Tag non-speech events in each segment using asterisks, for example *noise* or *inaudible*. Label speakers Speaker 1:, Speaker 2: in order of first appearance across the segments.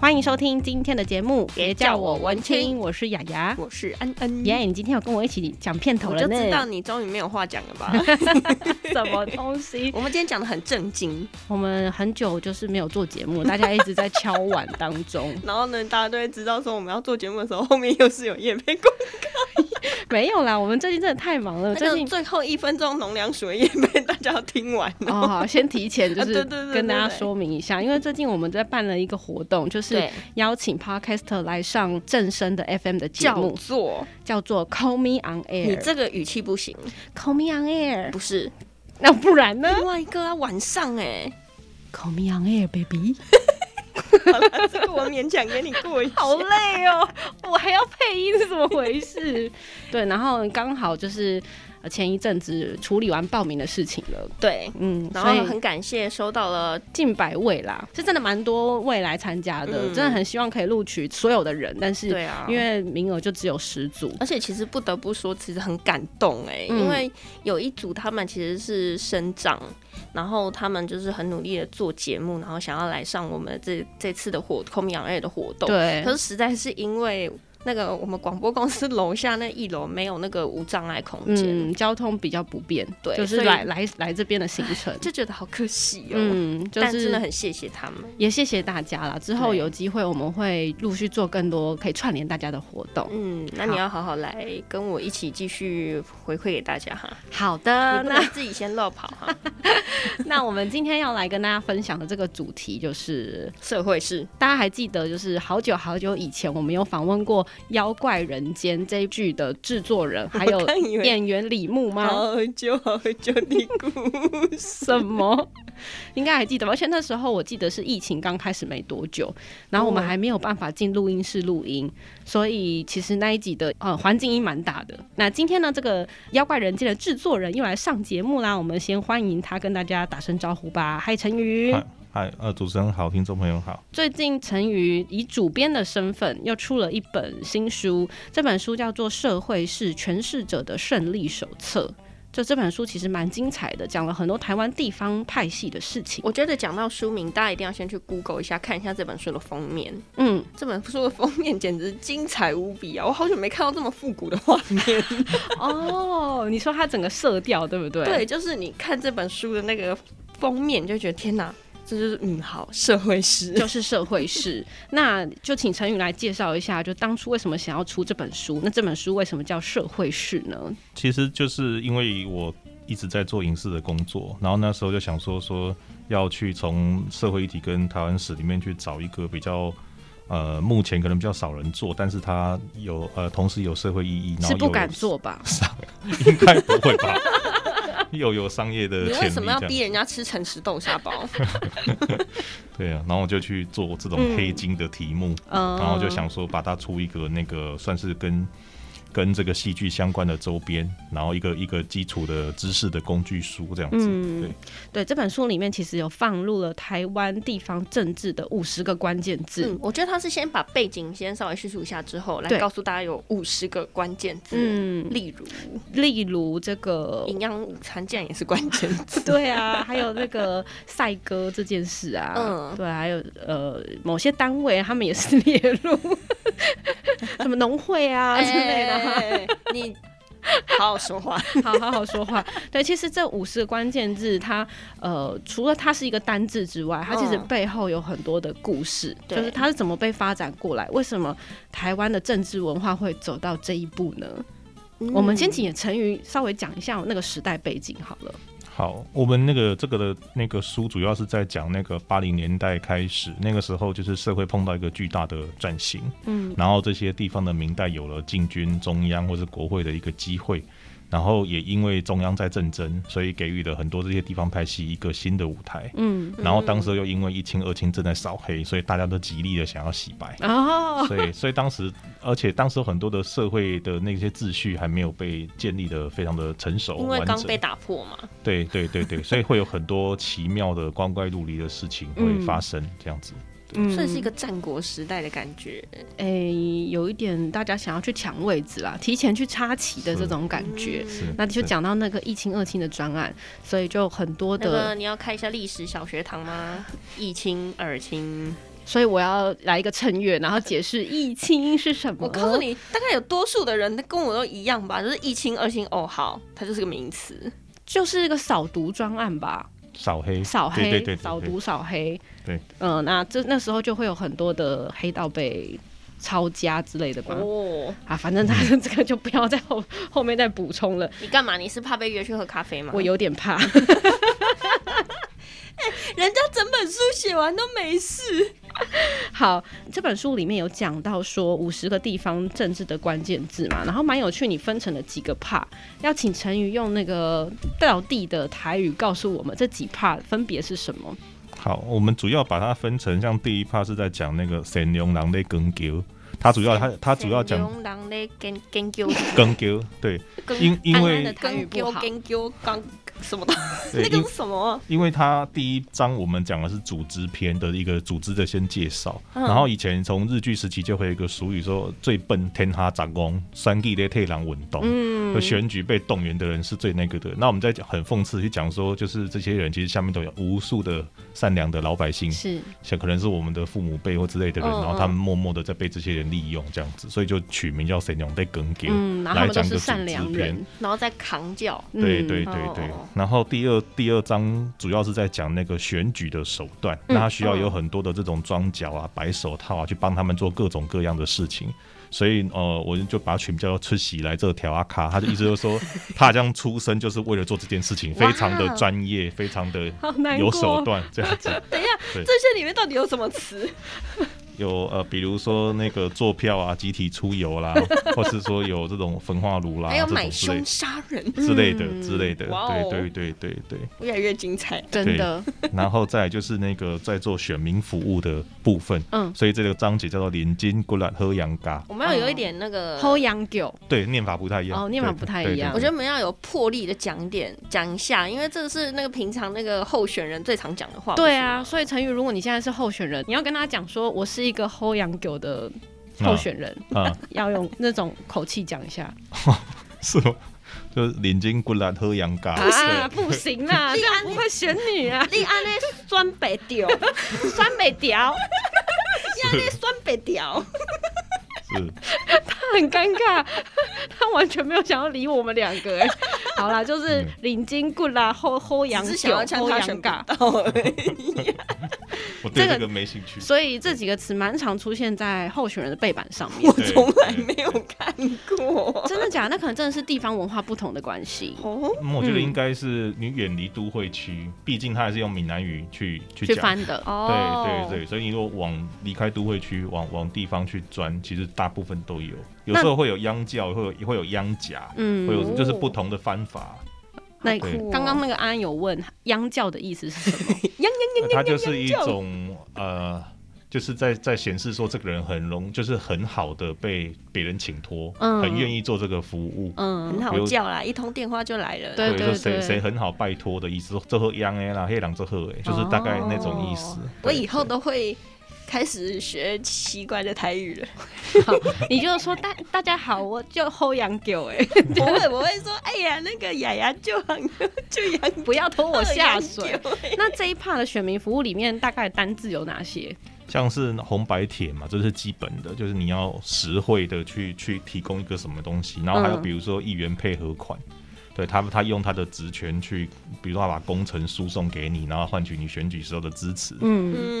Speaker 1: 欢迎收听今天的节目，别叫我文青，我是雅雅。
Speaker 2: 我是安安。
Speaker 1: 耶、你今天有跟我一起讲片头
Speaker 2: 我
Speaker 1: 了
Speaker 2: 就
Speaker 1: 呢？
Speaker 2: 知道你终于没有话讲了吧？
Speaker 1: *laughs* 什么东西？
Speaker 2: *laughs* 我们今天讲的很正经，
Speaker 1: 我们很久就是没有做节目，大家一直在敲碗当 *laughs* 中。
Speaker 2: 然后呢，大家都会知道说我们要做节目的时候，后面又是有夜配过。
Speaker 1: 没有啦，我们最近真的太忙了，最
Speaker 2: 那个
Speaker 1: 近。
Speaker 2: 最后一分钟农粮水夜配，大家要听完哦。
Speaker 1: 哦，好，先提前就 *laughs*
Speaker 2: 啊
Speaker 1: 是
Speaker 2: 对对对对
Speaker 1: 跟大家
Speaker 2: 对
Speaker 1: 说明一下，因为最近我们在办了一个活动，就是
Speaker 2: 对
Speaker 1: 邀请 podcaster 来上正声的 FM 的节
Speaker 2: 叫
Speaker 1: 目，
Speaker 2: 做
Speaker 1: 叫做 Call Me on
Speaker 2: 你
Speaker 1: Air。
Speaker 2: 这个语气不行，
Speaker 1: Call Me on Air，
Speaker 2: 不是
Speaker 1: 那不然呢
Speaker 2: 另外一个啊，晚上哎，
Speaker 1: ？Call Me on Air，baby。
Speaker 2: 好了，这个我勉强给你过 *laughs* 一下。
Speaker 1: 好累哦，我还要配音，是怎么回事？ *laughs* 对，然后刚好就是呃前一阵子处理完报名的事情了，
Speaker 2: 对，
Speaker 1: 嗯，
Speaker 2: 然
Speaker 1: 所
Speaker 2: 后
Speaker 1: 以
Speaker 2: 很感谢收到了，
Speaker 1: 近百位啦，是真的蛮多位来参加的，
Speaker 2: 嗯
Speaker 1: 真的很希望可以录取所有的人，但是
Speaker 2: 对啊，
Speaker 1: 因为名额就只有十组，
Speaker 2: 而且其实不得不说，其实很感动哎、
Speaker 1: 嗯
Speaker 2: 因为有一组他们其实是生长，然后他们就是很努力的做节目，然后想要来上我们这这次的活空养爱的活动。，
Speaker 1: 对
Speaker 2: 可，是实在是因为那个我们广播公司楼下那一楼没有那个无障碍空间，
Speaker 1: 嗯，交通比较不便，
Speaker 2: 对
Speaker 1: 就是
Speaker 2: 所以
Speaker 1: 来来来这边的行程，
Speaker 2: 就觉得好可惜哦、
Speaker 1: 嗯，就
Speaker 2: 但真的
Speaker 1: 是。
Speaker 2: 很谢谢他们。
Speaker 1: 也谢谢大家啦！之后
Speaker 2: 对
Speaker 1: 有机会我们会陆续做更多可以串联大家的活动。
Speaker 2: 嗯，那你要好好来跟我一起继续回馈给大家哈，
Speaker 1: 好的，
Speaker 2: 你不
Speaker 1: 那
Speaker 2: 能自己先落跑哈。 *laughs*
Speaker 1: *laughs* 那我们今天要来跟大家分享的这个主题，就是
Speaker 2: 社会是
Speaker 1: 大家还记得，就是好久好久以前，我们有访问过《妖怪人间》这一剧的制作人，还有
Speaker 2: *laughs* 我刚以为
Speaker 1: 演员李牧吗？
Speaker 2: 好久好久的故事。
Speaker 1: 什么？ *laughs* 应该还记得吧？而且那时候我记得是疫情刚开始没多久，然后我们
Speaker 2: 哦
Speaker 1: 还没有办法进录音室录音，所以其实那一集的呃环境音蛮大的。那今天呢，这个《妖怪人间》的制作人又来上节目啦，我们先欢迎他跟大家打声招呼吧。嗨，陈宇。
Speaker 3: 嗨嗨，呃，主持人好，听众朋友好。
Speaker 1: 最近陈瑜以主编的身份又出了一本新书，这本书叫做《社会是诠释者的胜利手册》。就这本书其实蛮精彩的，讲了很多台湾地方派系的事情。
Speaker 2: 我觉得讲到书名，大家一定要先去 Google 一下，看一下这本书的封面。
Speaker 1: 嗯，
Speaker 2: 这本书的封面简直精彩无比啊！我好久没看到这么复古的画面。
Speaker 1: *laughs* 哦，你说它整个色调对不对？
Speaker 2: 对，，就是你看这本书的那个封面，就觉得天哪，这就是嗯，好社会史。
Speaker 1: 就是社会 *laughs* 事。那就请陈宇来介绍一下，就当初为什么想要出这本书？那这本书为什么叫社会事呢？
Speaker 3: 其实就是因为我一直在做影视的工作，然后那时候就想说说要去从社会议题跟台湾史里面去找一个比较。呃，目前可能比较少人做，但是它有呃，同时有社会意义，然后
Speaker 1: 是不
Speaker 3: 又 *laughs*
Speaker 1: 敢，做吧？
Speaker 3: 应该不会吧？又有商业的
Speaker 2: 你
Speaker 3: 潜
Speaker 2: 为
Speaker 3: 力
Speaker 2: 什
Speaker 3: 这
Speaker 2: 么要
Speaker 3: 样，
Speaker 2: 逼人家吃诚实豆沙包？
Speaker 3: 对啊，然后我就去做这种
Speaker 1: 嗯
Speaker 3: 黑金的题目，
Speaker 1: 嗯
Speaker 3: 然后就想说把它出一个那个算是跟跟这个戏剧相关的周边，然后一个一个基础的知识的工具书这样子。
Speaker 1: 嗯
Speaker 3: 对，
Speaker 1: 对，这本书里面其实有放入了台湾地方政治的五十个关键字。
Speaker 2: 嗯，我觉得他是先把背景先稍微叙述一下，之后来
Speaker 1: 对
Speaker 2: 告诉大家有五十个关键字，
Speaker 1: 嗯，
Speaker 2: 例如
Speaker 1: 例如这个，。
Speaker 2: 营养午餐竟然也是关键字
Speaker 1: 对啊，还有那个赛鸽这件事啊，
Speaker 2: 嗯
Speaker 1: 对，还有呃某些单位他们也是 *laughs* 列入，什么农会啊之类的啊。
Speaker 2: 哎你好好说话。
Speaker 1: *laughs* 好好好说话。对，其实这五十个关键字，它呃，除了它是一个单字之外，它其实
Speaker 2: 嗯
Speaker 1: 背后有很多的故事，
Speaker 2: 对
Speaker 1: 就是它是怎么被发展过来，为什么台湾的政治文化会走到这一步呢？
Speaker 2: 嗯
Speaker 1: 我们先请陈瑜稍微讲一下那个时代背景好了。
Speaker 3: 好，我们那个这个的那个书主要是在讲那个八零年代开始，那个时候就是社会碰到一个巨大的转型，
Speaker 1: 嗯
Speaker 3: 然后这些地方的明代有了进军中央或是国会的一个机会，然后也因为中央在政争，所以给予了很多这些地方派系一个新的舞台。
Speaker 1: 嗯，
Speaker 3: 然后当时又因为一清二清正在扫黑，所以大家都极力的想要洗白。
Speaker 1: 哦，
Speaker 3: 所以，所以当时，而且当时有很多的社会的那些秩序还没有被建立的非常的成熟，
Speaker 2: 因为
Speaker 3: 完
Speaker 2: 刚
Speaker 3: 整
Speaker 2: 被打破嘛，
Speaker 3: 对对对对，所以会有很多奇妙的光怪陆离的事情会发生，这样子。
Speaker 1: 嗯
Speaker 2: 算是一个战国时代的感觉。
Speaker 1: 诶、有一点大家想要去抢位置啦，提前去插旗的这种感觉。
Speaker 2: 嗯
Speaker 3: 是，
Speaker 1: 那就是讲到那个一清二清的专案，所以就很多
Speaker 2: 那
Speaker 1: 的，
Speaker 2: 个你要开一下历史小学堂吗？一清二清，
Speaker 1: 所以我要来一个衬乐，然后解释一清是什么。
Speaker 2: 我告诉，你，大概有多数的人跟我都一样吧，就是一清二清哦，好，它就是个名词。
Speaker 1: 就是一个扫毒专案吧。
Speaker 3: 扫黑，
Speaker 1: 扫
Speaker 3: 对对
Speaker 1: 黑
Speaker 3: 对、对
Speaker 1: 扫
Speaker 3: 对
Speaker 1: 毒、扫黑。
Speaker 3: 对，
Speaker 1: 嗯、那这那时候就会有很多的黑道被抄家之类的吧。
Speaker 2: 哦，
Speaker 1: 啊，反正他这个就不要再后后面再补充 *laughs* 了，
Speaker 2: 你干嘛？你是怕被约去喝咖啡吗？
Speaker 1: 我有点怕。 *laughs*
Speaker 2: 人家整本书写完都没事。
Speaker 1: 好，这本书里面有讲到说五十个地方政治的关键字嘛，然后蛮有趣，你分成了几个 part，要请陈宇用那个道地的台语告诉我们这几 part 分别是什么。
Speaker 3: 好，我们主要把它分成，像第一趴是在讲那个神龙狼的耕牛，它主要它它啊主要讲
Speaker 2: 牛郎嘞，跟跟丢，
Speaker 3: 耕牛，对，因因
Speaker 1: 安安地
Speaker 3: 为
Speaker 1: 台语
Speaker 2: 跟
Speaker 1: 不
Speaker 2: 丢
Speaker 1: 好
Speaker 2: 跟丢刚什么的，
Speaker 3: 对
Speaker 2: *laughs* 那个
Speaker 3: 因
Speaker 2: 是什么？
Speaker 3: 因为它第一章我们讲的是组织篇的一个组织的先介绍，
Speaker 2: 嗯
Speaker 3: 然后以前从日剧时期就会有一个俗语说最笨天哈长工三 D 的退狼稳动，
Speaker 1: 嗯
Speaker 3: 就选举被动员的人是最那个的。那我们在讲很讽刺去讲说，就是这些人其实下面都有无数的善良的老百姓，
Speaker 1: 是
Speaker 3: 像可能是我们的父母辈或之类的人，
Speaker 2: 嗯
Speaker 3: 然后他们默默的在被这些人利用这样子，所以就取名叫神勇在梗给。
Speaker 1: 嗯，然后他
Speaker 3: 来
Speaker 1: 们都
Speaker 3: 讲一
Speaker 1: 是
Speaker 3: 个组
Speaker 1: 善
Speaker 3: 织
Speaker 1: 良
Speaker 3: 篇
Speaker 1: 人，
Speaker 2: 然后再扛教，
Speaker 3: 对
Speaker 1: 嗯
Speaker 3: 对对对
Speaker 2: 哦哦哦，
Speaker 3: 然后第二第二章主要是在讲那个选举的手段，那他需要有
Speaker 2: 嗯
Speaker 3: 很多的这种装脚啊、白手套啊，去帮他们做各种各样的事情。所以呃，我就把它取名叫做“出席来这条阿卡”，他的意思就是说，他这样出生就是为了做这件事情，非常的
Speaker 2: 哇
Speaker 3: 专业，非常的
Speaker 1: 好
Speaker 2: 哦
Speaker 1: 难
Speaker 3: 有
Speaker 1: 过
Speaker 3: 手段，这样子。
Speaker 2: 等一下，
Speaker 3: 对
Speaker 2: 这些里面到底有什么词？
Speaker 3: 有呃，比如说那个坐票啊、集体出游啦， *laughs* 或是说有这种焚化炉啦，
Speaker 2: 还有买
Speaker 3: 啊这种
Speaker 2: 凶杀人，
Speaker 3: 之类的
Speaker 1: 嗯
Speaker 3: 之类的之类
Speaker 2: 哇
Speaker 3: 的，
Speaker 2: 哦
Speaker 3: 对对对对对。
Speaker 2: 越来越精彩。
Speaker 1: 真的，
Speaker 3: 然后再来就是那个在做选民服务的部分，
Speaker 1: 嗯，
Speaker 3: 所以这个章节叫做“连金古兰喝羊嘎
Speaker 2: 我们要有一点那个，
Speaker 1: 薅羊狗，”，
Speaker 3: 对，念法不太一样。
Speaker 1: 哦念法不太一样
Speaker 2: 我觉
Speaker 3: 得
Speaker 2: 得我们要有魄力的讲一点，讲一下，因为这个是那个平常那个候选人最常讲的话。
Speaker 1: 对啊，，所以陈宇，如果你现在是候选人，你要跟他讲说，我是一个薅羊狗的候选人，
Speaker 3: 啊，
Speaker 1: 要用那种口气讲一
Speaker 3: *laughs*
Speaker 1: 下。
Speaker 3: 是吗？就是“连金古兰喝羊嘎”，
Speaker 1: 啊，不行 *laughs* 啦，
Speaker 2: 立
Speaker 1: 这样
Speaker 2: 安，
Speaker 1: 不会选你啊 *laughs*
Speaker 2: 你安那酸北丢， *laughs*
Speaker 1: 酸北屌，
Speaker 2: 那酸北屌，
Speaker 3: 是是
Speaker 1: 很尴尬， *laughs* 他完全没有想要理我们两个、
Speaker 3: *laughs*
Speaker 1: 哎，好啦，就是
Speaker 3: 嗯
Speaker 1: 领巾棍啊啦，薅薅羊
Speaker 2: 只
Speaker 1: 狗，
Speaker 2: 是想要呛
Speaker 1: 薅
Speaker 2: 他
Speaker 1: 羊
Speaker 2: 选
Speaker 1: 嘎
Speaker 2: 不。到而已。
Speaker 3: 我对
Speaker 1: 这个
Speaker 3: 这个没兴趣。
Speaker 1: 所以这几个词蛮常出现在候选人的背板上面 *laughs*
Speaker 2: 我，从来没有看过。
Speaker 1: 真的假的？那可能真的是地方文化不同的关系。
Speaker 2: 哦，
Speaker 3: 嗯，我觉得
Speaker 1: 嗯
Speaker 3: 应该是你远离都会区，毕竟它还是用闽南语去去
Speaker 1: 去
Speaker 3: 讲。
Speaker 1: 翻哦
Speaker 2: 哦
Speaker 1: 的，
Speaker 3: 对对对，所以你如果往离开都会区，往往地方去钻，其实大部分都有。有
Speaker 1: 那
Speaker 3: 时候会有央教，会有会有央甲，会
Speaker 1: 嗯，
Speaker 3: 有就是不同的翻法。
Speaker 1: 那
Speaker 3: 对
Speaker 1: 刚刚那个安有问央教的意思
Speaker 2: *laughs*
Speaker 1: 是什么？
Speaker 3: 那它就是一种呃，就是在在显示说这个人很容，就是很好的被别人请托，
Speaker 1: 嗯
Speaker 3: 很愿意做这个服务。
Speaker 2: 很
Speaker 1: 嗯，
Speaker 2: 好叫啦，一通电话就来了。
Speaker 1: 对
Speaker 3: 对，就谁
Speaker 1: 对
Speaker 3: 谁很好拜托的意思，这喝央哎啦，黑狼这喝哎，就是大
Speaker 1: 哦
Speaker 3: 概那种意思。
Speaker 2: 哦我
Speaker 3: 对
Speaker 2: 以后
Speaker 3: 对
Speaker 2: 都会开始学奇怪的台语了。
Speaker 1: 好，你就说大大家好，我叫后羊狗
Speaker 2: *laughs*
Speaker 1: 哎，
Speaker 2: 不会，我会说，哎呀，那个雅雅就很就养 *laughs*
Speaker 1: 不要拖我下
Speaker 2: 二
Speaker 1: 水。
Speaker 2: 羊
Speaker 1: 那这一趴的选民服务里面，大概单字有哪些？
Speaker 3: 像是红白帖嘛，这是基本的，就是你要实惠的去去提供一个什么东西，然后还有
Speaker 1: 嗯
Speaker 3: 比如说议员配合款，对他他用他的职权去，比如说他把工程输送给你，然后换取你选举时候的支持，
Speaker 1: 嗯，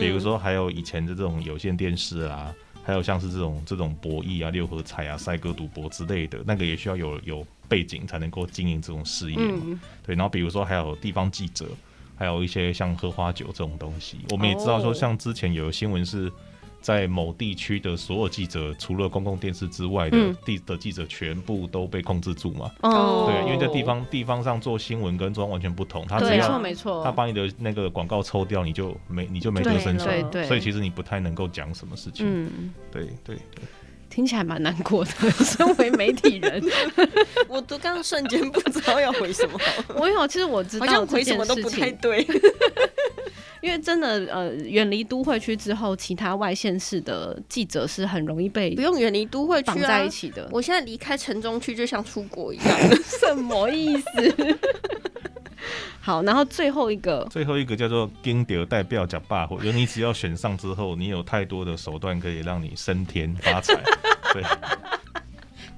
Speaker 2: 丢。
Speaker 3: 比如说还有以前的这种有线电视啊，还有像是这种这种博弈啊、六合彩啊、赛鸽赌博之类的，那个也需要有有背景才能够经营这种事业嘛。
Speaker 1: 嗯
Speaker 3: 对，然后比如说还有地方记者，还有一些像喝花酒这种东西，我们也知道
Speaker 2: 哦
Speaker 3: 说，像之前有新闻是。在某地区的所有记者，除了公共电视之外
Speaker 1: 嗯
Speaker 3: 的地的记者，全部都被控制住嘛。
Speaker 1: 哦，
Speaker 3: 对，因为在地方地方上做新闻跟中央完全不同，他只
Speaker 1: 对，没啊错
Speaker 3: 要
Speaker 1: 没错，
Speaker 3: 他把你的那个广告抽掉，你就没你就没得
Speaker 2: 对
Speaker 3: 生
Speaker 1: 对
Speaker 2: 了
Speaker 3: 存，
Speaker 1: 对，
Speaker 3: 所以其实你不太能够讲什么事情。
Speaker 1: 嗯，
Speaker 3: 对对对，
Speaker 1: 听起来蛮难过的。 *laughs* 身为媒体人，
Speaker 2: 我都刚刚瞬间不知道要回什么，
Speaker 1: 我有，其实我
Speaker 2: *laughs*
Speaker 1: 知
Speaker 2: 好
Speaker 1: 道
Speaker 2: 像
Speaker 1: 这
Speaker 2: 回什
Speaker 1: 件
Speaker 2: 么都
Speaker 1: 事
Speaker 2: 不太
Speaker 1: 情，
Speaker 2: 对。
Speaker 1: 因为真的呃，远离都会区之后，其他外县市的记者是很容易
Speaker 2: *laughs*
Speaker 1: 被
Speaker 2: 不用远离都会
Speaker 1: 绑
Speaker 2: 区
Speaker 1: 在
Speaker 2: 啊
Speaker 1: 一！起的。
Speaker 2: 我现在离开城中区就像出国一样。
Speaker 1: 什么意思？好，然后最后一个，
Speaker 3: 最后一个叫做“金德代表假霸”，或者你只要选上之后，你有太多的手段可以让你升天
Speaker 1: *laughs*
Speaker 3: 发财。对，
Speaker 2: *laughs*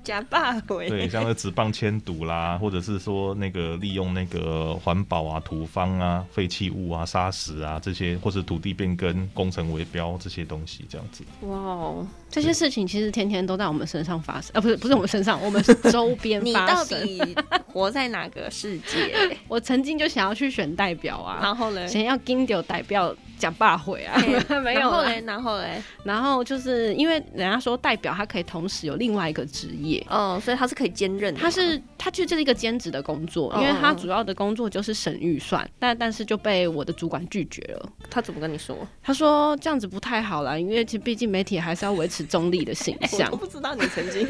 Speaker 2: 假霸回
Speaker 3: 对，像是纸棒迁毒啦，或者是说那个利用那个环保啊、土方啊、废弃物啊、砂石啊这些，或是土地变更、工程围标这些东西，这样子。
Speaker 2: 哇哦，
Speaker 1: 这些事情其实天天都在我们身上发生，啊，不是不是我们
Speaker 2: *laughs*
Speaker 1: 身上，我们是周边
Speaker 2: 你
Speaker 1: 发
Speaker 2: 到
Speaker 1: 生。
Speaker 2: 底活在哪个世 *laughs* 界？
Speaker 1: 我曾经就想要去选代表啊，
Speaker 2: 然后嘞，哎
Speaker 1: 想要金丢代表讲罢会啊，
Speaker 2: *laughs*
Speaker 1: 没有
Speaker 2: 然后
Speaker 1: 啦
Speaker 2: 嘞，然后嘞，
Speaker 1: 然后就是因为人家说代表他可以同时有另外一个职业，
Speaker 2: 哦，所以他是可以兼任的吗，
Speaker 1: 他是他就这是一个兼职的工作，
Speaker 2: 嗯
Speaker 1: 因为他
Speaker 2: 嗯嗯
Speaker 1: 主要的工作就是审预算，但但是就被我的主管拒绝了。
Speaker 2: 他怎么跟你说？
Speaker 1: 他说这样子不太好啦，因为其实毕竟媒体还是要维持中立的形象
Speaker 2: *laughs* 我都，不知道你曾经。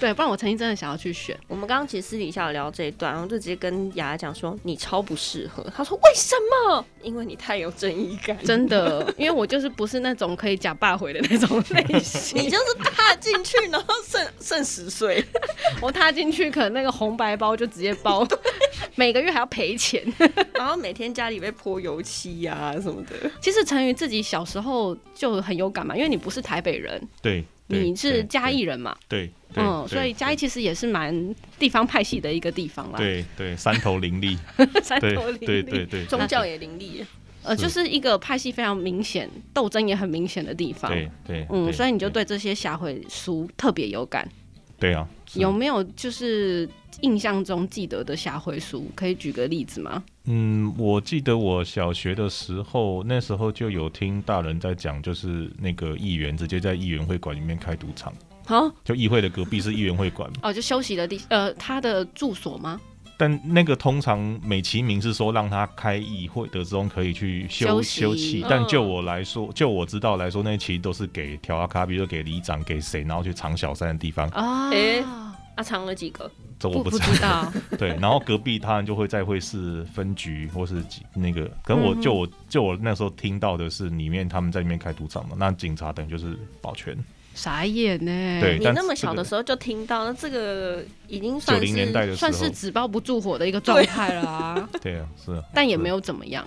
Speaker 1: 对，不然我曾经真的想要去选，
Speaker 2: 我们刚刚其实私底下有聊这一段，然后就直接跟雅雅讲说你超不适合。他说为什么？因为你太有正义感，
Speaker 1: 真的，因为我就是不是那种可以假霸回的那种类
Speaker 2: *laughs* *laughs* 你
Speaker 1: 型，
Speaker 2: 就是踏进去，然后剩剩十岁， *laughs*
Speaker 1: 我踏进去可能那个红白包就直接包， *laughs* 每个月还要赔钱。
Speaker 2: 然后每天家里被泼油漆呀、什么的。
Speaker 1: 其实陈宇自己小时候就很有感嘛，因为你不是台北人，
Speaker 3: 对，对
Speaker 1: 你是嘉义，人嘛，
Speaker 3: 对对对，
Speaker 1: 嗯，
Speaker 3: 对
Speaker 1: 所以嘉义。其实也是蛮地方派系的一个地方啦。，
Speaker 3: 对对，山头
Speaker 1: *laughs*
Speaker 3: 林立，
Speaker 1: 山
Speaker 3: 对
Speaker 1: 头林立
Speaker 3: 对对对，
Speaker 2: 宗教也林立，
Speaker 1: 呃，
Speaker 3: 是
Speaker 1: 就是一个派系非常明显、斗争也很明显的地方。
Speaker 3: 对对，
Speaker 1: 嗯，所以你就对
Speaker 3: 对
Speaker 1: 这些下回书特别有感。
Speaker 3: 对啊，是
Speaker 1: 有没有就是印象中记得的下回书？可以举个例子吗？
Speaker 3: 嗯，我记得我小学的时候，那时候就有听大人在讲，就是那个议员直接在议员会馆里面开赌场，
Speaker 1: 好
Speaker 3: 就议会的隔壁是议员
Speaker 1: *laughs*
Speaker 3: 会馆嘛。
Speaker 1: 哦，就休息的地，呃，他的住所吗？
Speaker 3: 但那个通常美其名是说让他开议会的时候可以去
Speaker 1: 休
Speaker 3: 休
Speaker 1: 息嗯，
Speaker 3: 憩但就我来说，就我知道来说，那其实都是给调阿卡，比如说给里长给谁，然后去藏小三的地方，
Speaker 1: 啊、
Speaker 2: 诶啊，藏了几个，
Speaker 3: 这我
Speaker 1: 不
Speaker 3: 不
Speaker 1: 不
Speaker 3: 知道。
Speaker 1: 知道，
Speaker 3: 对，然后隔壁他们就会在会是分局或是几那个，可能
Speaker 1: 嗯
Speaker 3: 我
Speaker 1: 哼
Speaker 3: 就我就我那时候听到的是里面他们在里面开赌场嘛，那警察等于就是保全，
Speaker 1: *laughs* 傻眼呢、
Speaker 3: 对
Speaker 2: 你
Speaker 3: 哎但
Speaker 2: 那么
Speaker 3: 这个
Speaker 2: 小的时候就听到，那这个已经
Speaker 3: 九
Speaker 2: 算
Speaker 3: 零
Speaker 2: 是
Speaker 3: 年代的时
Speaker 1: 算是
Speaker 3: 候，
Speaker 1: 纸包不住火的一个状态啦、
Speaker 3: 对啊，是啊，
Speaker 1: 但也没有怎么样，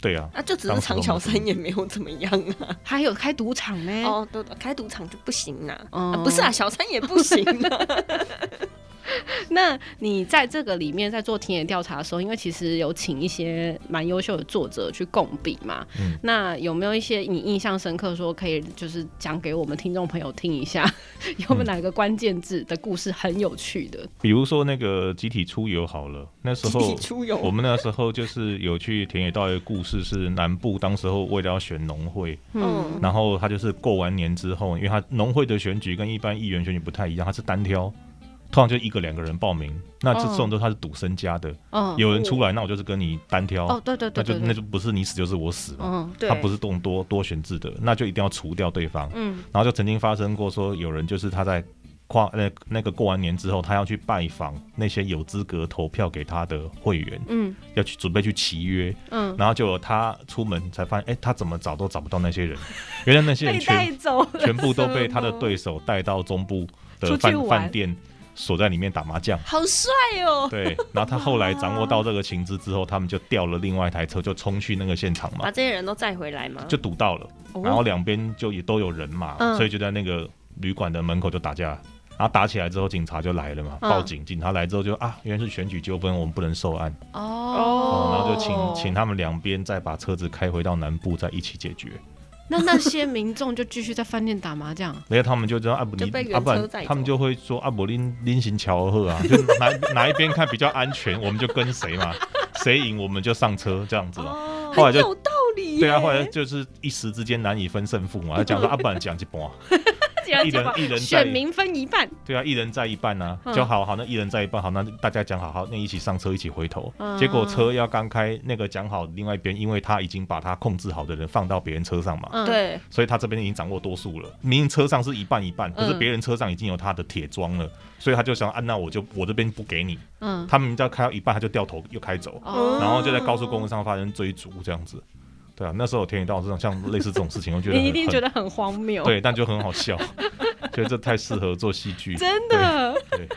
Speaker 3: 对啊，
Speaker 2: 啊，就只是藏小三也没有怎么样
Speaker 1: *laughs*
Speaker 2: 啊。
Speaker 1: 还有开赌场呢、
Speaker 2: 哦，对对，开赌场就不行啦、
Speaker 1: 哦
Speaker 2: 啊不是啊，小三也不
Speaker 3: *laughs*
Speaker 2: 行啊。
Speaker 1: *laughs* 那你在这个里面在做田野调查的时候，因为其实有请一些蛮优秀的作者去共笔嘛，
Speaker 3: 嗯
Speaker 1: 那有没有一些你印象深刻，说可以就是讲给我们听众朋友听一下， *laughs* 有没有哪个关键字的故事很有趣的？
Speaker 3: 比如说那个集体出游好了，那
Speaker 2: *laughs*
Speaker 3: 时
Speaker 2: 集体
Speaker 3: 候
Speaker 2: 出游
Speaker 3: 我们那时候就是有去田野道一个故事，是南部当时候为了要选农会，
Speaker 2: 嗯，
Speaker 3: 然后他就是过完年之后，因为他农会的选举跟一般议员选举不太一样，他是单挑。通常就一个两个人报名，那这
Speaker 1: 哦
Speaker 3: 这种都他是赌身家的，
Speaker 1: 哦
Speaker 3: 有人出来，那我就是跟你单挑，
Speaker 1: 哦，对对
Speaker 3: 那
Speaker 1: 对
Speaker 3: 就
Speaker 1: 对对，
Speaker 3: 那就不是你死就是我死嘛。
Speaker 1: 嗯
Speaker 2: 对，
Speaker 3: 他不是动多多选制的，那就一定要除掉对方。
Speaker 1: 嗯
Speaker 3: 然后就曾经发生过说，有人就是他在跨呃那个过完年之后，他要去拜访那些有资格投票给他的会员，
Speaker 1: 嗯
Speaker 3: 要去准备去契约，
Speaker 1: 嗯，
Speaker 3: 然后就他出门才发现，哎、他怎么找都找不到那些人，原来那些人
Speaker 1: 被带
Speaker 3: 全
Speaker 1: 走了，
Speaker 3: 全部都被他的对手带到中部
Speaker 1: 出
Speaker 3: 的
Speaker 1: 去
Speaker 3: 饭
Speaker 1: 玩
Speaker 3: 饭店锁在里面打麻将。
Speaker 2: 好帅哦，
Speaker 3: 对，然后他后来掌握到这个情资之后，他们就调了另外一台车，就冲去那个现场
Speaker 1: 啊
Speaker 2: 把
Speaker 3: 嘛，
Speaker 2: 这些人都载回来吗？ *laughs*
Speaker 3: 就堵到了，然后两边就也都有人嘛，
Speaker 1: 哦嗯
Speaker 3: 所以就在那个旅馆的门口就打架。然后打起来之后，警察就来了嘛，
Speaker 1: 嗯
Speaker 3: 报警。警察来之后就啊，原来是选举纠纷，我们不能受案，
Speaker 1: 哦
Speaker 2: 哦
Speaker 3: 然后就请请他们两边再把车子开回到南部，再一起解决。
Speaker 1: 那那些民众就继续在饭店打麻将，
Speaker 3: 然后他们就知道啊，不
Speaker 2: 就
Speaker 3: 你
Speaker 2: 被原
Speaker 3: 啊，不
Speaker 2: 车
Speaker 3: 然
Speaker 2: 载走
Speaker 3: 他们就会说啊，不拎拎行桥河啊，就 *laughs* 哪哪一边
Speaker 2: *laughs*
Speaker 3: 看比较安全，我们就跟谁嘛，谁赢我们就上车这样子嘛。
Speaker 2: 哦，
Speaker 3: 后来
Speaker 2: 很
Speaker 3: 就
Speaker 2: 有道
Speaker 1: 理耶。
Speaker 3: 对啊，后来就是一时之间难以分胜负嘛，
Speaker 2: *laughs*
Speaker 3: 他讲说啊，不然讲一半，
Speaker 1: 竟然
Speaker 3: 一
Speaker 1: 结果
Speaker 3: 人一人在
Speaker 1: 选民分一半，
Speaker 3: 对啊，一人在一半啊，
Speaker 1: 嗯
Speaker 3: 就好好那一人在一半，好那大家讲好好，那一起上车一起回头。
Speaker 1: 嗯
Speaker 2: 啊
Speaker 3: 结果车要刚开，那个讲好另外一边，因为他已经把他控制好的人放到别人车上嘛，
Speaker 1: 嗯，
Speaker 2: 对，
Speaker 3: 所以他这边已经掌握多数了。明明车上是一半一半，可是
Speaker 1: 嗯
Speaker 3: 别人车上已经有他的铁桩了，所以他就想，啊，那我就我这边不给你。
Speaker 1: 嗯，
Speaker 3: 他们要开到一半，他就掉头又开走，
Speaker 1: 哦，
Speaker 3: 然后就在高速公路上发生追逐这样子。对啊，那时候田野道这种像类似这种事情，我觉得
Speaker 1: 你一
Speaker 3: 很
Speaker 1: 定
Speaker 3: 很
Speaker 1: 觉得哦很荒谬，
Speaker 3: 对，但就很好笑， *laughs* 觉得这太适合做戏
Speaker 1: *laughs*
Speaker 3: 剧。
Speaker 1: 真的。
Speaker 3: 对，对
Speaker 1: *laughs*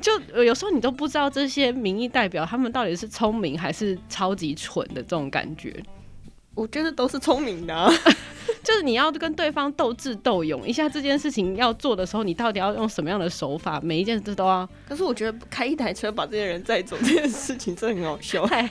Speaker 1: 就呃有时候你都不知道这些民意代表他们到底是聪明还是超级蠢的这种感觉，
Speaker 2: 我觉得都是聪明的啊、
Speaker 1: 就是你要跟对方斗智斗勇一下，这件事情要做的时候，你到底要用什么样的手法，每一件事都要
Speaker 2: *laughs* 可是我觉得开一台车把这些人载走这件事情真的很好笑。
Speaker 1: 太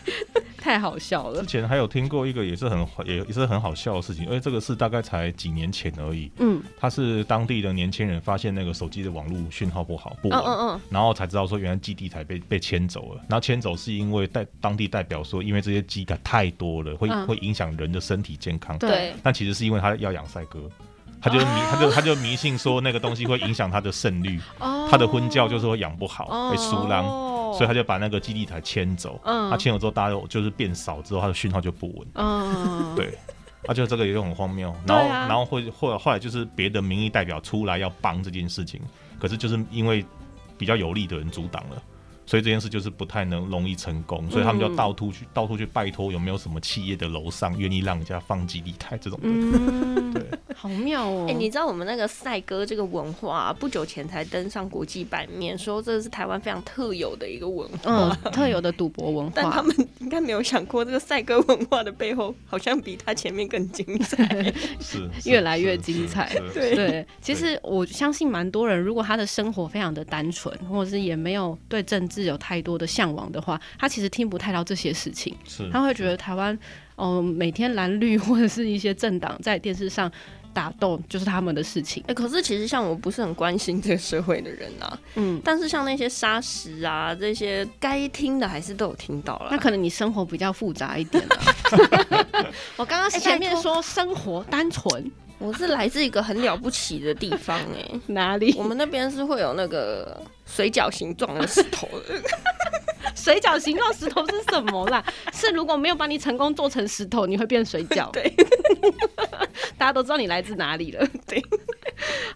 Speaker 1: 太好笑了
Speaker 3: 之。前还有听过一个也是很也也是很好笑的事情，因为这个是大概才几年前而已。
Speaker 1: 嗯，
Speaker 3: 他是当地的年轻人发现那个手机的网络讯号不好不
Speaker 2: 嗯
Speaker 3: 稳，
Speaker 2: 嗯嗯，
Speaker 3: 然后才知道说原来基地台被被迁走了。然后迁走是因为代当地代表说，因为这些基台太多了，会、
Speaker 1: 嗯
Speaker 3: 会影响人的身体健康。
Speaker 2: 对，
Speaker 3: 但其实是因为他要养赛鸽，他就迷、他就他就迷信说那个东西会影响他的胜率，
Speaker 1: *laughs* 哦
Speaker 3: 他的婚教就是会养不好，
Speaker 1: 哦
Speaker 3: 会输狼。所以他就把那个基地台迁走，
Speaker 1: 嗯
Speaker 3: 他迁走之后，大家就就是变少之后，他的讯号就不稳，
Speaker 2: *laughs*
Speaker 1: 嗯，
Speaker 3: 对，他觉得这个也很荒谬。然后，
Speaker 1: 对啊
Speaker 3: 然后会后来后来就是别的民意代表出来要帮这件事情，可是就是因为比较有利的人阻挡了，所以这件事就是不太能容易成功，所以他们就
Speaker 1: 嗯
Speaker 3: 到处去、到处去拜托有没有什么企业的楼上愿意让人家放基地台这种的，
Speaker 1: 嗯，
Speaker 3: 对，
Speaker 1: 好妙哦。
Speaker 2: 哎、你知道我们那个赛鸽这个文化啊、不久前才登上国际版面，说这是台湾非常特有的一个文化。
Speaker 1: 嗯，特有的赌博文
Speaker 2: 但他
Speaker 1: 化，
Speaker 2: 们应该没有想过，这个赛鸽文化的背后，好像比他前面更精彩。
Speaker 1: *laughs*
Speaker 3: 是是
Speaker 1: 越来越
Speaker 3: 是
Speaker 1: 精
Speaker 3: 是
Speaker 1: 彩
Speaker 3: 是
Speaker 2: 对
Speaker 1: 对， *laughs* 其实我相信蛮多人，如果他的生活非常的单纯，或者是也没有对政治有太多的向往的话，他其实听不太到这些事情，
Speaker 3: 是
Speaker 1: 他会觉得台湾，嗯、每天蓝绿或者是一些政党在电视上打斗就是他们的事情
Speaker 2: *laughs* 哎、。可是其实像我不是很关心这个社会的人啊，
Speaker 1: 嗯，
Speaker 2: 但是像那些沙石啊，这些该听的还是都有听到了。
Speaker 1: 那可能你生活比较复杂一点了、 *laughs* 我刚刚
Speaker 2: 哎
Speaker 1: 前面
Speaker 2: 拜托
Speaker 1: 说生活单纯，
Speaker 2: 我是来自一个很了不起的地方哎、
Speaker 1: 哪里
Speaker 2: 我们那边是会有那个水饺形状的石头的，
Speaker 1: 水饺形状石头是什么啦？ *laughs* 是如果没有把你成功做成石头，你会变水饺。
Speaker 2: 对，
Speaker 1: *laughs* 大家都知道你来自哪里了。
Speaker 2: *laughs* 对，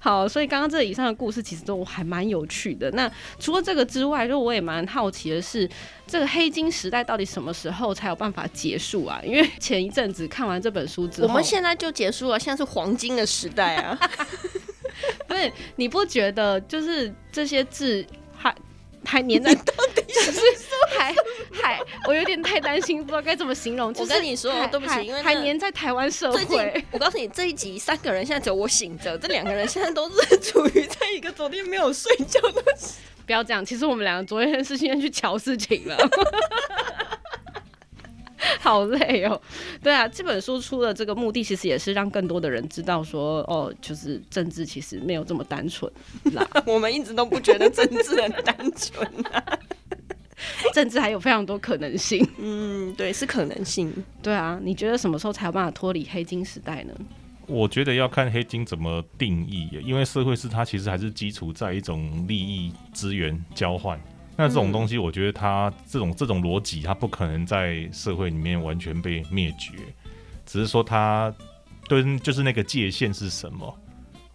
Speaker 1: 好，所以刚刚这以上的故事其实都还蛮有趣的。那除了这个之外，就我也蛮好奇的是，这个黑金时代到底什么时候才有办法结束啊？因为前一阵子看完这本书之后，
Speaker 2: 我们现在就结束了，现在是黄金的时代啊！
Speaker 1: 不是你不觉得就是这些字还还
Speaker 2: *laughs*
Speaker 1: 粘在到底就是还还 *laughs* 我有点太担心，不知道该怎么形容。
Speaker 2: 我跟你说
Speaker 1: 就是还
Speaker 2: 对不起
Speaker 1: 还
Speaker 2: 因为那
Speaker 1: 还粘在台湾社
Speaker 2: 最近
Speaker 1: 会。
Speaker 2: 我告诉你，这一集三个人现在只有我醒着，这两个人现在都是处于在一个昨天没有睡觉的。
Speaker 1: *laughs* 不要这样，其实我们两个昨天是先去瞧事情了。 *laughs* 好累哦，对啊，这本书出的这个目的其实也是让更多的人知道说，哦，就是政治其实没有这么单纯 *laughs* 啦，
Speaker 2: 我们一直都不觉得政治很单纯、
Speaker 1: 政治还有非常多可能性。 *laughs*
Speaker 2: 嗯，对，是可能性。
Speaker 1: 对啊，你觉得什么时候才有办法脱离黑金时代呢？
Speaker 3: 我觉得要看黑金怎么定义耶，因为社会是它其实还是基础在一种利益资源交换。那这种东西，我觉得它这种这种逻辑，它不可能在社会里面完全被灭绝，只是说它对就是那个界限是什么，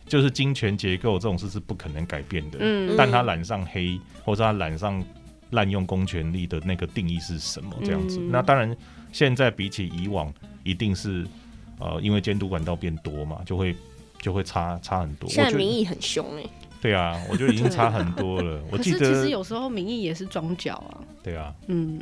Speaker 3: 就是金钱结构这种事是不可能改变的。
Speaker 1: 嗯
Speaker 3: 但他染上黑，或者他染上滥用公权力的那个定义是什么？这样子，
Speaker 1: 嗯
Speaker 3: 那当然，现在比起以往，一定是呃，因为监督管道变多嘛，就会就会差差很多。我
Speaker 2: 现在
Speaker 3: 觉
Speaker 2: 民
Speaker 3: 得
Speaker 2: 意很凶哎、
Speaker 3: 对啊，我觉得已
Speaker 1: *laughs*
Speaker 3: 经差很多了。我
Speaker 1: 可
Speaker 3: 记
Speaker 1: 是其实
Speaker 3: 得
Speaker 1: 有时候民意也是装脚啊。
Speaker 3: 对啊，
Speaker 1: 嗯，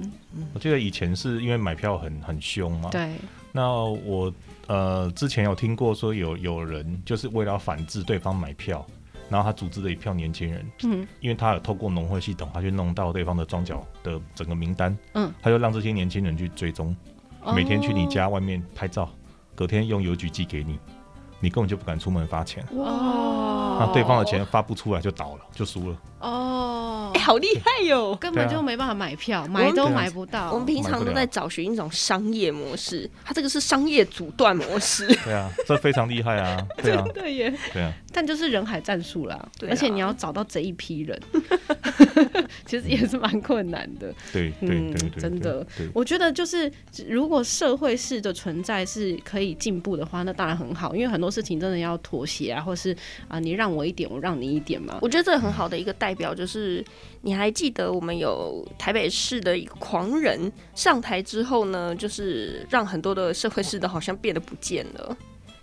Speaker 3: 我记得以前是因为买票很很凶嘛。
Speaker 1: 对，
Speaker 3: 那我呃之前有听过说有有人就是为了反制对方买票。然后他组织了一票年轻人，
Speaker 1: 嗯
Speaker 3: 因为他有透过农会系统，他去弄到对方的庄脚的整个名单，
Speaker 1: 嗯，哦
Speaker 3: 他就让这些年轻人去追踪，每天去你家外面拍照，隔天用邮局寄给你，你根本就不敢出门发钱，
Speaker 1: 哦
Speaker 3: *laughs* 那对方的钱发不出来就倒了，就输了。
Speaker 1: 哦
Speaker 2: 哎、好厉害哟、
Speaker 1: 根
Speaker 3: 对
Speaker 1: 本
Speaker 3: 啊
Speaker 1: 就没办法买票，
Speaker 2: 我
Speaker 1: 买
Speaker 2: 们
Speaker 1: 都
Speaker 3: 对啊
Speaker 1: 买不到。
Speaker 2: 我们平常都在找寻一种商业模式，它这个是商业阻断模式。
Speaker 3: 对啊，这非常厉害
Speaker 1: *laughs*
Speaker 3: 啊，对啊，
Speaker 1: 对耶，
Speaker 3: 对啊，
Speaker 1: 但就是人海战术啦，
Speaker 2: 对啊
Speaker 1: 而且你要找到这一批
Speaker 2: *laughs*
Speaker 1: 人，其实也是蛮困难的。
Speaker 3: 对对
Speaker 1: 嗯
Speaker 3: 对对对，
Speaker 1: 真的
Speaker 3: 对，
Speaker 1: 我觉得就是，如果社会式的存在是可以进步的话，那当然很好，因为很多事情真的要妥协啊，或是啊、你让我一点，我让你一点嘛。
Speaker 2: 我觉得这很好的一个代表就是，你还记得我们有台北市的一个狂人上台之后呢，就是让很多的社会势的好像变得不见了。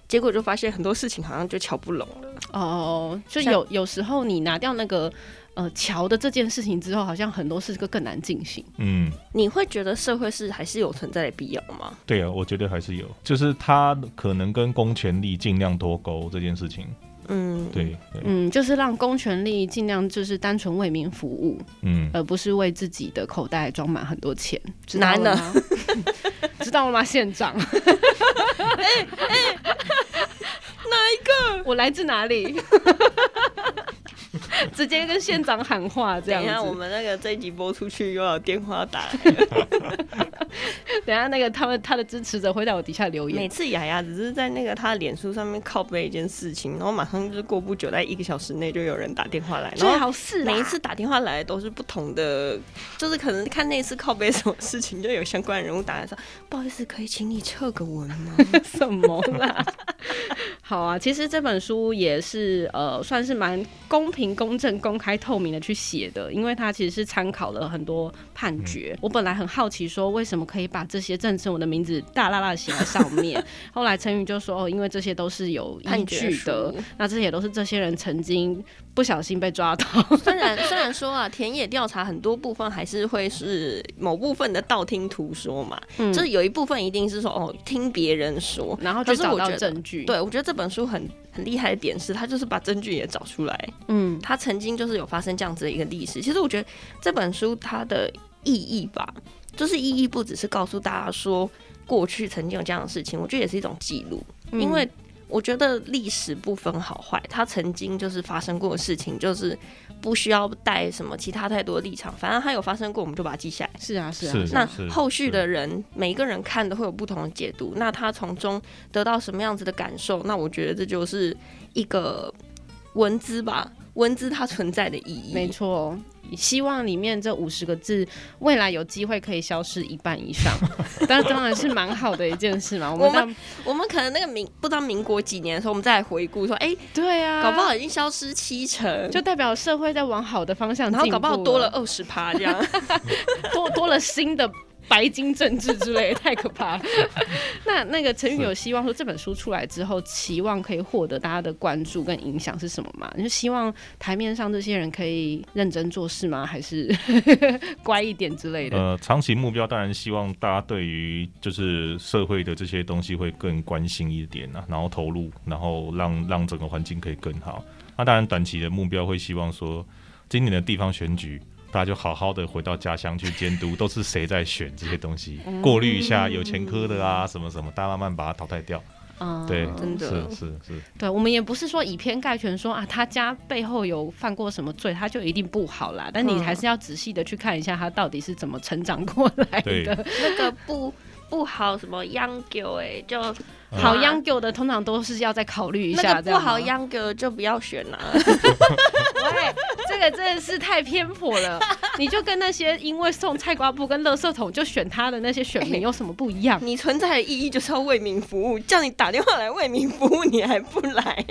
Speaker 2: 结果就发现很多事情好像就瞧不拢了，
Speaker 1: 哦，就
Speaker 2: 像
Speaker 1: 有有时候你拿掉那个呃桥的这件事情之后，好像很多事更难进行。
Speaker 3: 嗯。
Speaker 2: 你会觉得社会是还是有存在的必要吗？
Speaker 3: 对啊，我觉得还是有，就是他可能跟公权力尽量脱钩这件事情，
Speaker 2: 嗯，
Speaker 3: 对，对
Speaker 1: 嗯，就是让公权力尽量就是单纯为民服务，
Speaker 3: 嗯，
Speaker 1: 而不是为自己的口袋装满很多钱。知道
Speaker 2: 难
Speaker 1: 了
Speaker 2: 了
Speaker 1: 吗？ *laughs* 知道了吗，
Speaker 2: *laughs*
Speaker 1: 县长？哎哎，
Speaker 2: 哎
Speaker 1: 哪一个？我来自哪里？ *laughs* 直接跟县长喊话这
Speaker 2: 等
Speaker 1: 样
Speaker 2: 一
Speaker 1: 子。
Speaker 2: 下我们那个这一集播出去又要有电话打来，
Speaker 1: 等一下那个他们他的支持者会在我底下留言
Speaker 2: 每。次雅雅只是在那个她的脸书上面靠背一件事情，然后马上就是过不久，在一个小时内就有人打电话来，然
Speaker 1: 最
Speaker 2: 后
Speaker 1: 好是啦
Speaker 2: 每一次打电话来都是不同的，就是可能看那次靠背什么事情，就有相关人物打来说，不好意思，可以请你撤个文吗？
Speaker 1: 什么啦？ *laughs* 好啊，其实这本书也是呃，算是蛮公平、公正、公开、透明的去写的，因为它其实是参考了很多判决。我本来很好奇说，为什么可以把这些证词我的名字大大大写在上 *laughs* 面？后来陈宇就说，哦，因为这些都是有依
Speaker 2: 判决
Speaker 1: 据的
Speaker 2: 书，
Speaker 1: 那这些都是这些人曾经不小心被抓到。
Speaker 2: *laughs* 虽然虽然说啊，田野调查很多部分还是会是某部分的道听途说嘛，
Speaker 1: 嗯
Speaker 2: 就是有一部分一定是说哦听别人说，
Speaker 1: 然后
Speaker 2: 可
Speaker 1: 去
Speaker 2: 是
Speaker 1: 找
Speaker 2: 我
Speaker 1: 到
Speaker 2: 觉得
Speaker 1: 证据，，
Speaker 2: 对我觉得这本书很很厉害的点是，他就是把证据也找出来。
Speaker 1: 嗯，
Speaker 2: 他曾经就是有发生这样子的一个历史。其实我觉得这本书它的意义吧，就是意义不只是告诉大家说过去曾经有这样的事情，我觉得也是一种记录，
Speaker 1: 嗯
Speaker 2: 因为我觉得历史不分好坏，它曾经就是发生过的事情，就是不需要带什么其他太多的立场，反正它有发生过，我们就把它记下来。
Speaker 1: 是啊，是啊，
Speaker 3: 是
Speaker 2: 那
Speaker 3: 是
Speaker 2: 后续
Speaker 3: 是
Speaker 2: 的人，每一个人看都会有不同的解读，那他从中得到什么样子的感受？那我觉得这就是一个文字吧，文字它存在的意义。
Speaker 1: 没错，希望里面这五十个字未来有机会可以消失一半
Speaker 2: *laughs*
Speaker 1: 以上，但当然是蛮好的一件事嘛。我们
Speaker 2: 我们
Speaker 1: 当
Speaker 2: 我们可能那个民不知道民国几年的时候，我们再来回顾说，哎、
Speaker 1: 对啊，
Speaker 2: 搞不好已经消失七成，
Speaker 1: 就代表社会在往好的方向进
Speaker 2: 然后
Speaker 1: 步
Speaker 2: 搞不好多了二十趴这样。
Speaker 1: 多多了新的。白金政治之类的太可
Speaker 2: *laughs*
Speaker 1: 怕了。那那个陈宇
Speaker 3: 是
Speaker 1: 有希望说这本书出来之后，期望可以获得大家的关注跟影响是什么吗？你就希望台面上这些人可以认真做事吗？还是 *laughs* 乖一点之类的？
Speaker 3: 呃，长期目标当然希望大家对于就是社会的这些东西会更关心一点啊，然后投入，然后让让整个环境可以更好。那当然短期的目标会希望说，今年的地方选举。大家就好好的回到家乡去监督，都是谁在选这些东西，过滤一下有前科的啊，什么什么，大家慢慢把它淘汰掉。
Speaker 1: 嗯
Speaker 3: 对，
Speaker 2: 啊真的
Speaker 3: 是是是，
Speaker 1: 对，我们也不是说以偏概全说啊，他家背后有犯过什么罪，他就一定不好啦。但你
Speaker 2: 嗯
Speaker 1: 还是要仔细的去看一下他到底是怎么成长过来
Speaker 3: *laughs* 对
Speaker 1: 的。
Speaker 2: *laughs* 那个不不好什么秧歌哎，就
Speaker 1: 好秧狗的通常都是要再考虑一下
Speaker 2: 那，
Speaker 1: 这
Speaker 2: 个不
Speaker 1: 样吗
Speaker 2: 好。
Speaker 1: *laughs*
Speaker 2: 秧歌就不要选啊啦、 *laughs*
Speaker 1: 喂，这个真的是太偏颇了。你就跟那些因为送菜瓜布跟垃圾桶就选他的那
Speaker 2: *laughs*
Speaker 1: 些
Speaker 2: 哎
Speaker 1: 选民有什么不一样？
Speaker 2: 你存在的意义就是要为民服务，叫你打电话来为民服务，你还不来？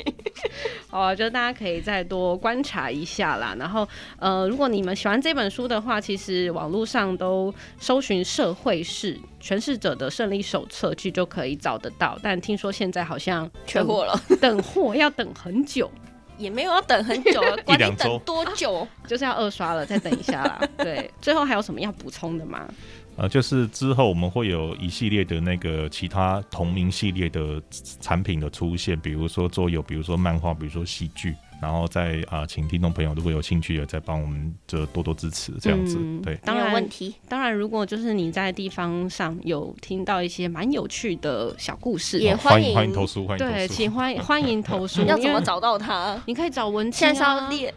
Speaker 1: 哦，就大家可以再多观察一下啦。然后，呃，如果你们喜欢这本书的话，其实网络上都搜寻“社会事诠释者的胜利手册”，其实就可以找得到。但听说现在好像
Speaker 2: 缺 *laughs* 货了，
Speaker 1: 等，等货要等很久，
Speaker 2: 也没有要等很久啊，管你
Speaker 3: 两
Speaker 2: 等
Speaker 3: 周
Speaker 2: 多久。
Speaker 1: 就是要二刷了，再等一下啦。对，最后还有什么要补充的吗？
Speaker 3: 呃，就是之后我们会有一系列的那个其他同名系列的产品的出现，比如说桌游，比如说漫画，比如说戏剧，然后再啊、请听众朋友如果有兴趣，也再帮我们就多多支持这样子。
Speaker 1: 嗯
Speaker 3: 对，
Speaker 1: 当
Speaker 2: 没有
Speaker 1: 然
Speaker 2: 问题，
Speaker 1: 当然，如果就是你在地方上有听到一些蛮有趣的小故事，
Speaker 2: 也
Speaker 3: 好欢
Speaker 2: 欢迎
Speaker 3: 欢迎投诉，欢迎
Speaker 1: 对，
Speaker 3: 投诉。
Speaker 1: 请欢欢迎投
Speaker 2: *laughs*
Speaker 1: 书，
Speaker 2: 要怎
Speaker 1: 因
Speaker 2: 么
Speaker 1: 为
Speaker 2: 找到他？
Speaker 1: 你可以找文青、
Speaker 2: 嗯
Speaker 1: 啊，
Speaker 2: 现在是要列，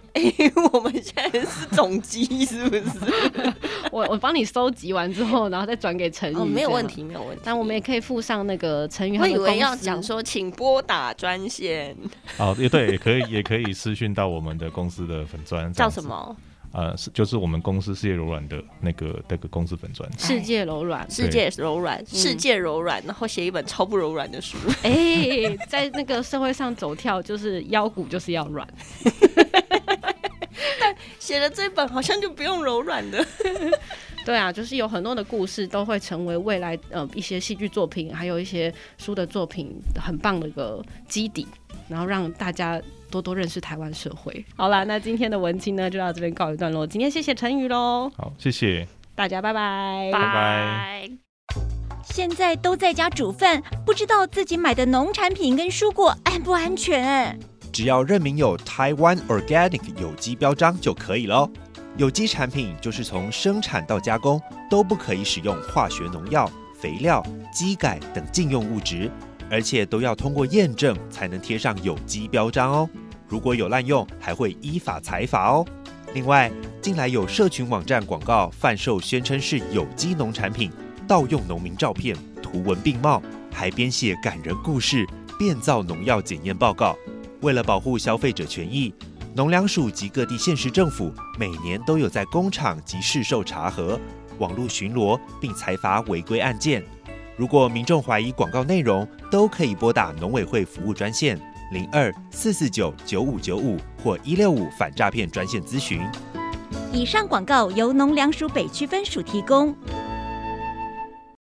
Speaker 2: *laughs* 我们现在是总机是不是？
Speaker 1: 我我帮你搜集完之后，然后再转给陈
Speaker 2: *laughs*
Speaker 1: 宇、
Speaker 2: 哦，没有
Speaker 1: 这样
Speaker 2: 问。题，没有问题。
Speaker 1: 但我们也可以附上那个陈宇他
Speaker 2: 我
Speaker 1: 们
Speaker 2: 以
Speaker 1: 公司。
Speaker 2: 为要讲说，请拨打专线，
Speaker 3: 哦，也对，也可以，也可以私讯到我们的公司的粉砖，这
Speaker 2: 叫
Speaker 3: 样子
Speaker 2: 什？么？
Speaker 3: 呃，是就是我们公司事业柔软的那个那个公司粉砖。
Speaker 1: 世界柔软，
Speaker 2: 世界柔软，世界柔软，然后写一本超不柔软的书。 *laughs*
Speaker 1: 哎、在那个社会上走跳，就是腰骨就是要软。
Speaker 2: 写了这本好像就不用柔软的。
Speaker 1: 对啊，就是有很多的故事都会成为未来呃一些戏剧作品，还有一些书的作品很棒的一个基底，然后让大家多多认识台湾社会。好啦，那今天的文青呢就到这边告一段落。今天谢谢陈宇喽，
Speaker 3: 好，谢谢。
Speaker 1: 大家拜拜。
Speaker 3: 拜。
Speaker 4: 现在都在家煮饭，不知道自己买的农产品跟蔬果安不安全。
Speaker 5: 只要认明有台湾 Organic 有机标章就可以喽。有机产品就是从生产到加工都不可以使用化学农药、肥料、机改等禁用物质，而且都要通过验证才能贴上有机标章哦。如果有滥用，还会依法裁罚哦。另外，近来有社群网站广告贩售宣称是有机农产品，盗用农民照片、图文并茂，还编写感人故事，变造农药检验报告。为了保护消费者权益，农粮署及各地县市政府每年都有在工厂及市售查核、网络巡逻，并裁罚违规案件。如果民众怀疑广告内容，都可以拨打农委会服务专线零二四四九九五九五或一六五反诈骗专线咨询。
Speaker 4: 以上广告由农粮署北区分署提供。